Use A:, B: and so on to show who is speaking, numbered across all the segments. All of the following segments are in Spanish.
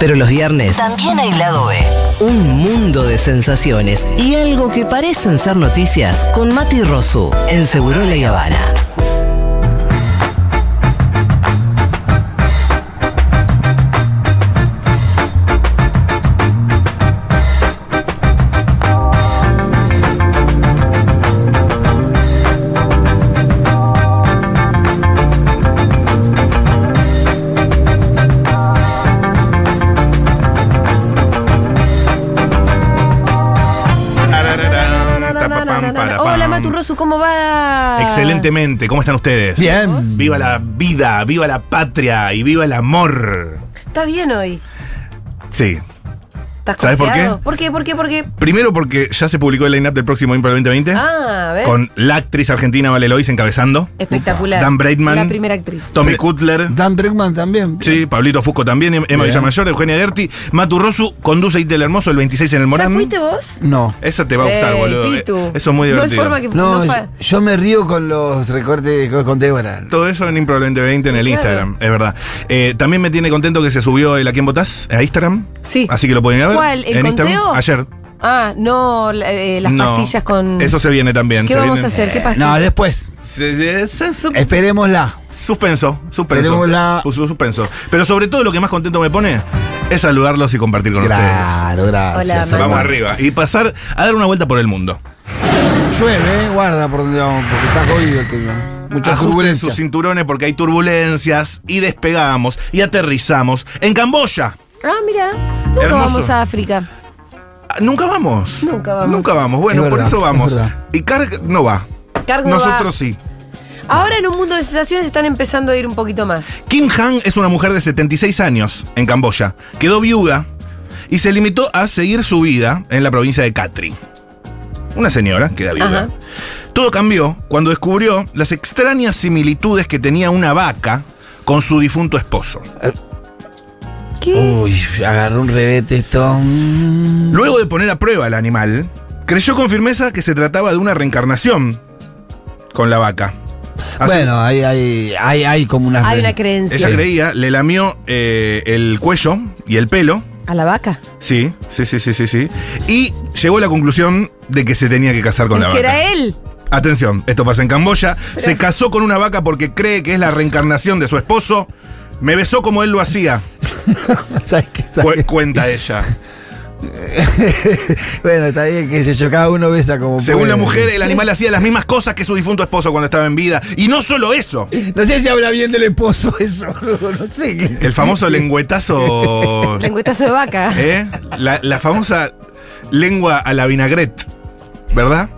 A: Pero los viernes
B: También hay lado B.
A: Un mundo de sensaciones y algo que parecen ser noticias con Mati Rosu en Segurola y Habana.
C: Hola Maturrosu, ¿cómo va?
D: Excelentemente, ¿cómo están ustedes?
E: Bien.
D: Viva la vida, viva la patria y viva el amor.
C: ¿Estás bien hoy?
D: Sí.
C: ¿Estás
D: ¿Sabes por
C: confiado?
D: qué? ¿Eh?
C: ¿Por qué? ¿Por qué? ¿Por qué?
D: Primero porque ya se publicó el line-up del próximo Impro 2020
C: Ah, a ver.
D: con la actriz argentina Vale Lois encabezando,
C: Espectacular.
D: Dan Braidman.
C: La primera actriz.
D: Tommy Kutler,
E: Dan Brickman también.
D: sí, Pablito Fusco también, Emma Villamayor, Eugenia Gerti, Maturrosu conduce Itel Hermoso el 26 en el
C: ¿Ya
D: Morán.
C: fuiste vos?
E: No.
D: Esa te va a gustar,
C: Ey,
D: boludo.
C: Pitu.
D: Eh, Eso es muy divertido.
C: No hay forma que
E: No,
C: no fa-
E: yo, yo me río con los recortes con- con Débora.
D: Todo eso en Impro 2020 en el
C: Claro.
D: Instagram, es verdad. Eh, también me tiene contento que se subió el a quién votás a Instagram.
C: Sí.
D: Así que lo pueden ir a ver.
C: ¿Cuál? ¿El
D: en
C: conteo?
D: Instagram. Ayer.
C: Ah, no, la- eh, las
D: No.
C: pastillas con.
D: Eso se viene también.
C: ¿Qué
D: se
C: vamos a
D: viene-
C: hacer? ¿Qué pastillas?
E: Eh, No, después.
D: Se- se- se-
E: Esperémosla.
D: suspenso, suspenso.
E: Eh, Tenemos la-
D: Puso suspenso. Pero sobre todo lo que más contento me pone es saludarlos y compartir con ustedes.
E: Claro, gracias.
C: Hola,
D: Vamos
C: Manu.
D: arriba. Y pasar a dar una vuelta por el mundo.
E: Llueve, eh, guarda por donde vamos, porque está jodido el tema. Mucha
D: Ajusten
E: turbulencia.
D: sus cinturones porque hay turbulencias y despegamos y aterrizamos en Camboya.
C: Ah, mira. Nunca
D: Hermoso.
C: vamos a África.
D: Ah, Nunca vamos.
C: Nunca vamos.
D: Nunca vamos. Bueno,
E: Es
D: por
E: verdad,
D: eso
E: es
D: vamos.
E: verdad.
D: Y Carg no va.
C: Cargo va-
D: Nosotros sí.
C: Ahora en un mundo de sensaciones están empezando a ir un poquito más.
D: Kim Han es una mujer de 76 años en Camboya. Quedó viuda y se limitó a seguir su vida en la provincia de Katri. Una señora queda viuda.
C: Ajá.
D: Todo cambió cuando descubrió las extrañas similitudes que tenía una vaca con su difunto esposo.
C: ¿Qué?
E: Uy, agarró un revete
D: Ah,
E: esto. Mm.
D: Luego de poner a prueba al animal, creyó con firmeza que se trataba de una reencarnación con la vaca. Así-
E: Bueno, hay, hay, hay, hay como unas.
C: Hay una
E: re-
C: creencia.
D: Ella creía, le lamió eh, el cuello y el pelo.
C: ¿A la vaca?
D: Sí, sí, sí, sí, sí, sí. Y llegó a la conclusión de que se tenía que casar con la
C: que
D: vaca.
C: era él.
D: Atención, esto pasa en Camboya. Se casó con una vaca porque cree que es la reencarnación de su esposo. Me besó como él lo hacía,
E: ¿sabes qué?
D: cu- cuenta ella.
E: bueno, está bien, qué sé yo, cada uno besa como
D: Según
E: puede.
D: la mujer, eh. el animal hacía las mismas cosas que su difunto esposo cuando estaba en vida. Y no solo eso.
E: No sé si habla bien del esposo eso, boludo, no sé. qué-
D: El famoso lengüetazo.
C: Lengüetazo de vaca.
D: ¿Eh? La, la famosa lengua a la vinagret, ¿verdad?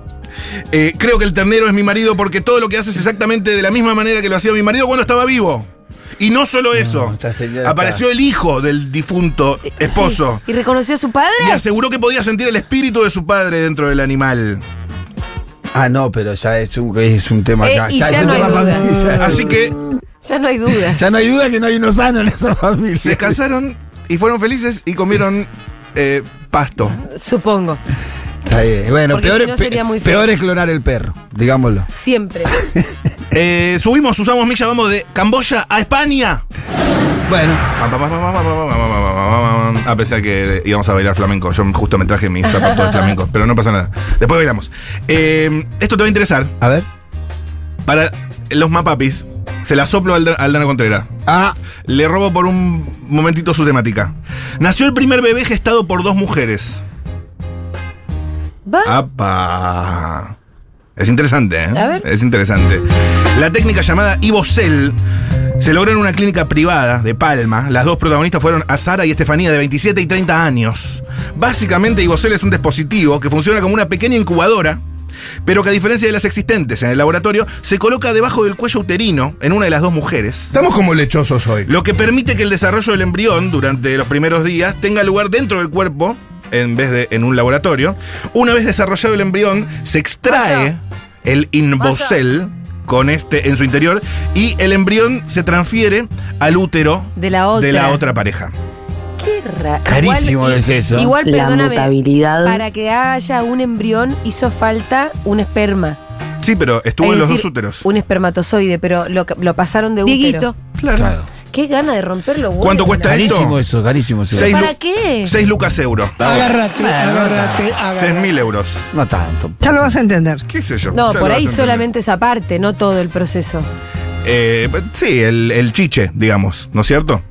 D: Eh, creo que el ternero es mi marido porque todo lo que hace es exactamente de la misma manera que lo hacía mi marido cuando estaba vivo. Y no solo eso,
E: esta señora
D: apareció el hijo del difunto esposo
C: Sí. ¿Y reconoció a su padre?
D: y aseguró que podía sentir el espíritu de su padre dentro del animal.
E: Ah, no, pero ya es un, es un tema
C: Eh,
E: ya,
C: y
E: ya,
C: ya
E: es un
C: no hay
E: tema
C: dudas.
E: familiar.
D: Así que
C: Ya no hay dudas.
E: Ya no hay duda que no hay uno sano en esa familia.
D: se casaron y fueron felices y comieron eh, pasto.
C: Supongo.
E: Está bien. Bueno,
C: Porque
E: peor,
C: si no
E: es- pe-
C: sería muy feo.
E: peor es clonar el perro, digámoslo.
C: Siempre.
D: Eh, subimos, usamos milla, vamos de Camboya a España.
E: Bueno,
D: A pesar que íbamos a bailar flamenco, yo justo me traje mis zapatos de flamenco, pero no pasa nada. Después bailamos. Eh, esto te va a interesar.
E: a ver.
D: Para los mapapis, se la soplo al Aldana Contreras.
E: Ah,
D: Le robo por un momentito su temática. Nació el primer bebé gestado por dos mujeres.
C: ¿Va?
D: Ah, ¡Apa! Es interesante, ¿eh?
C: A ver.
D: Es interesante. La técnica llamada Ivocel se logró en una clínica privada de Palma. Las dos protagonistas fueron Azara y Estefanía, de 27 y 30 años. Básicamente, Ivocel es un dispositivo que funciona como una pequeña incubadora. Pero que a diferencia de las existentes en el laboratorio, se coloca debajo del cuello uterino en una de las dos mujeres.
F: Estamos como lechosos hoy.
D: Lo que permite que el desarrollo del embrión durante los primeros días tenga lugar dentro del cuerpo en vez de en un laboratorio. Una vez desarrollado el embrión, se extrae el invocel con este en su interior y el embrión se transfiere al útero
C: De la otra.
D: de la otra pareja.
C: Qué raro.
E: Carísimo es eso.
C: Igual,
B: La
C: perdóname.
B: mutabilidad.
C: Para que haya un embrión hizo falta un esperma.
D: Sí, pero estuvo
C: Es
D: en los
C: decir,
D: dos úteros.
C: Un espermatozoide, pero lo, lo pasaron de útero.
D: Claro.
E: claro.
C: Qué gana de romperlo, bueno.
D: ¿Cuánto cuesta
C: ¿no?
D: esto?
E: Carísimo eso, carísimo. Eso.
D: Seis
C: ¿Para
D: lu-
C: qué?
D: 6 lucas euro.
B: Agárrate, agárrate, agárrate.
D: 6.000 euros.
E: No tanto.
F: Ya lo vas a entender.
D: ¿Qué sé yo?
C: No,
D: Ya
C: por
D: lo
C: ahí
D: vas a entender.
C: solamente esa parte, no todo el proceso.
D: Eh, sí, el, el chiche, digamos, ¿no es cierto?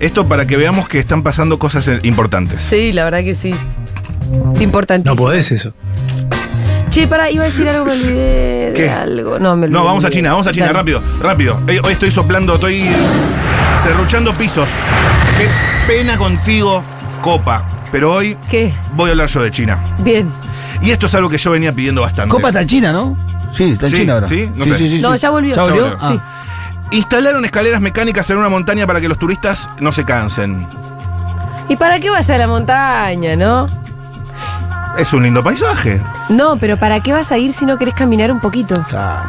D: Esto para que veamos que están pasando cosas eh, importantes.
C: Sí, la verdad que sí. Importantísimo.
B: No podés eso.
C: Che, pará, iba a decir algo, me olvidé de
D: ¿Qué?
C: algo. No, me olvidé.
D: No, vamos
C: me
D: a
C: olvidé.
D: China, vamos a China,
C: Dale.
D: rápido, rápido. Eh, Hoy estoy soplando, estoy serruchando pisos. Qué pena contigo, copa. Pero hoy
C: ¿Qué?
D: voy a hablar yo de China.
C: Bien.
D: Y esto es algo que yo venía pidiendo bastante.
E: Copa está en China, ¿no? Sí, está en
D: Sí,
E: China ahora.
D: sí, no
E: sí,
D: sé.
E: sí, sí,
C: No,
E: sí.
C: ya volvió.
E: ¿Ya
C: Ya
E: volvió?
D: volvió.
E: Ah.
C: Sí.
D: Instalaron escaleras mecánicas en una montaña para que los turistas no se cansen.
C: ¿Y para qué vas a la montaña, no?
D: Es un lindo paisaje.
C: No, pero ¿para qué vas a ir si no querés caminar un poquito?
E: Claro.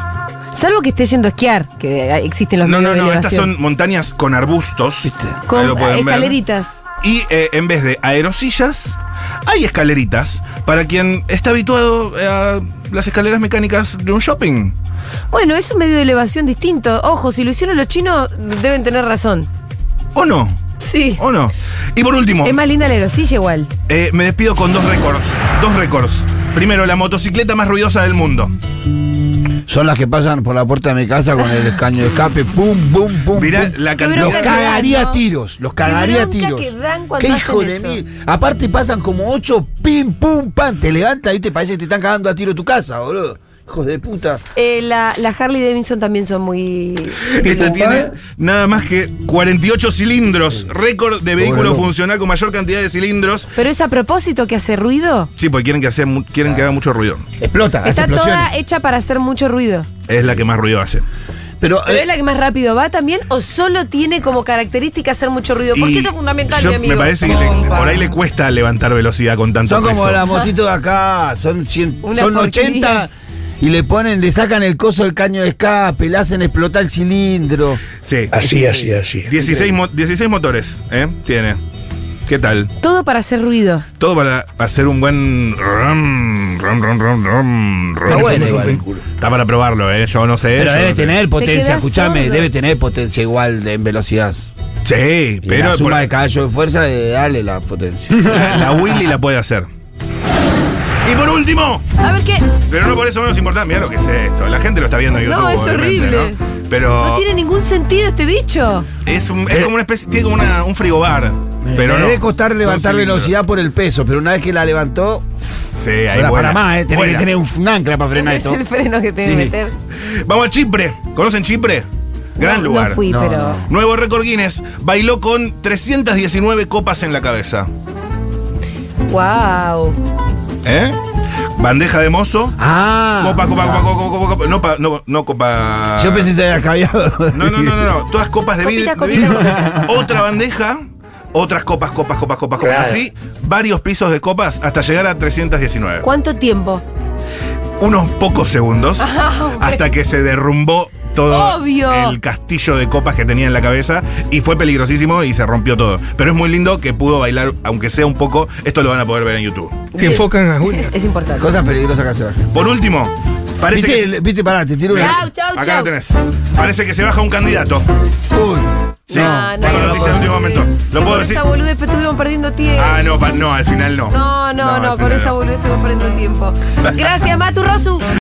C: Salvo que estés yendo a esquiar, que eh, existen los
D: No,
C: medios
D: no,
C: de
D: no, estas
C: elevación.
D: son montañas con arbustos.
E: Viste.
D: Ahí
C: Con
D: lo pueden ver.
C: escaleritas.
D: Y eh, en vez de aerosillas, hay escaleritas para quien está habituado eh, a las escaleras mecánicas de un shopping.
C: Bueno, es un medio de elevación distinto. Ojo, si lo hicieron los chinos, deben tener razón.
D: ¿O no?
C: Sí.
D: ¿O no? Y por último,
C: Es más linda la erosilla igual.
D: eh, me despido con dos récords. Dos récords. Primero, la motocicleta más ruidosa del mundo.
E: Son las que pasan por la puerta de mi casa con el caño de escape. ¡Pum, pum, pum!
D: Mirá
E: pum.
D: la
C: bronca
E: Los
D: cantidad.
C: que dan,
E: cagaría
C: ¿no?
E: a tiros, los
C: Qué
E: cagaría a
C: bronca
E: tiros.
C: que dan cuando
E: Qué hijo
C: hacen
E: de
C: eso.
E: mil. Aparte pasan como ocho, pim, pum, pan, te levanta y te parece que te están cagando a tiro tu casa, boludo. Hijos de puta.
C: Eh, la, las Harley Davidson también son muy.
D: Esta tiene nada más que 48 cilindros, récord de vehículo
E: loco.
D: funcional con mayor cantidad de cilindros.
C: Pero es a propósito que hace ruido.
D: Sí, porque quieren que, hace mu- quieren que haga mucho ruido. Ah,
E: Explota, hace
C: Está toda
E: explosiones.
C: hecha para hacer mucho ruido.
D: Es la que más ruido hace.
E: Pero,
C: ¿Pero
E: eh,
C: es la que más rápido va también o solo tiene como característica hacer mucho ruido? Porque
D: Y
C: eso es fundamental,
D: yo-
C: mi amigo.
D: Me parece que le-
C: Pompa.
D: por ahí le cuesta levantar velocidad con tanto
E: son como
D: peso.
E: las motitos de acá, son, cien-
C: Una
E: son
C: porquería.
E: 80 y le ponen, le sacan el coso del caño de escape, le hacen explotar el cilindro.
D: Sí.
B: Así, así, así.
D: 16, mo- 16 motores, ¿eh? Tiene. ¿Qué tal?
C: Todo para hacer ruido.
D: Todo para hacer un buen. ram, ram, ram, ram, ram, ram.
E: Está bueno igual.
D: Está para probarlo, ¿eh? Yo no sé.
E: Pero
D: yo
E: debe
D: no sé.
E: tener potencia,
C: quedás
E: escúchame,
C: sordo.
E: debe tener potencia igual de, en velocidad.
D: Sí,
E: Y
D: pero.
E: la suma
D: por-
E: de caballo de fuerza, eh, dale la potencia.
D: la, la Willy la puede hacer. Y por último,
C: A ver qué.
D: pero no por eso menos importante, mira lo que es esto. La gente lo está viendo en
C: No,
D: YouTube.
C: es
D: obviamente,
C: horrible.
D: ¿no? Pero.
C: No tiene ningún sentido este bicho.
D: Es, un- es como una especie, tiene como una- un frigobar. Pero
E: Me
D: no.
E: Eh. debe costar levantar
D: Con cilindro.
E: velocidad por el peso, pero una vez que la levantó,
D: Sí, ahí
E: para,
D: vuela.
E: para más, eh, tenés
D: Vuela.
E: que tener un, un ancla para frenar
C: Es
E: esto.
C: el freno que tiene
E: Sí.
C: que meter.
D: Vamos a Chipre. ¿Conocen Chipre? Gran
C: No,
D: lugar.
C: No fui,
E: No,
C: pero.
E: no.
D: Nuevo récord Guinness. Bailó con 319 copas en la cabeza.
C: Wow.
D: ¿Eh? Bandeja de mozo.
E: Ah,
D: copa, copa, copa, copa, copa, copa, copa. No, pa- no, no copa.
E: yo pensé que se había caviado.
D: No, no, no, no, no. Todas copas de
C: Copitas,
D: vidrio.
C: copitas, copitas.
D: Otra bandeja. Otras copas, copas, copas, copas, copas. Así, varios pisos de copas hasta llegar a 319.
C: ¿Cuánto tiempo?
D: unos pocos segundos hasta que se derrumbó todo
C: Ah, Obvio.
D: el castillo de copas que tenía en la cabeza y fue peligrosísimo y se rompió todo. Pero es muy lindo que pudo bailar, aunque sea un poco, esto lo van a poder ver en YouTube.
B: Te enfocan a Julia.
C: Es importante.
E: Cosas peligrosas que hace la gente.
D: Por último, parece
E: Viste,
D: que...
E: le- viste, pará, te tiro una.
C: Chau, chau,
D: Acá
C: chau.
D: lo tenés. Parece que se baja un candidato.
E: Uy.
D: Sí,
C: No, no,
D: tengo
C: no,
D: noticia de último momento. ¿Lo
C: Con
D: puedo decir?
C: esa boludez pero estuvimos perdiendo tiempo.
D: Ah, no, pa- no, al final no.
C: no, no,
D: al
C: no, con
D: final
C: esa
D: no.
C: boludez estuvimos perdiendo tiempo. Gracias, Matu Rosu.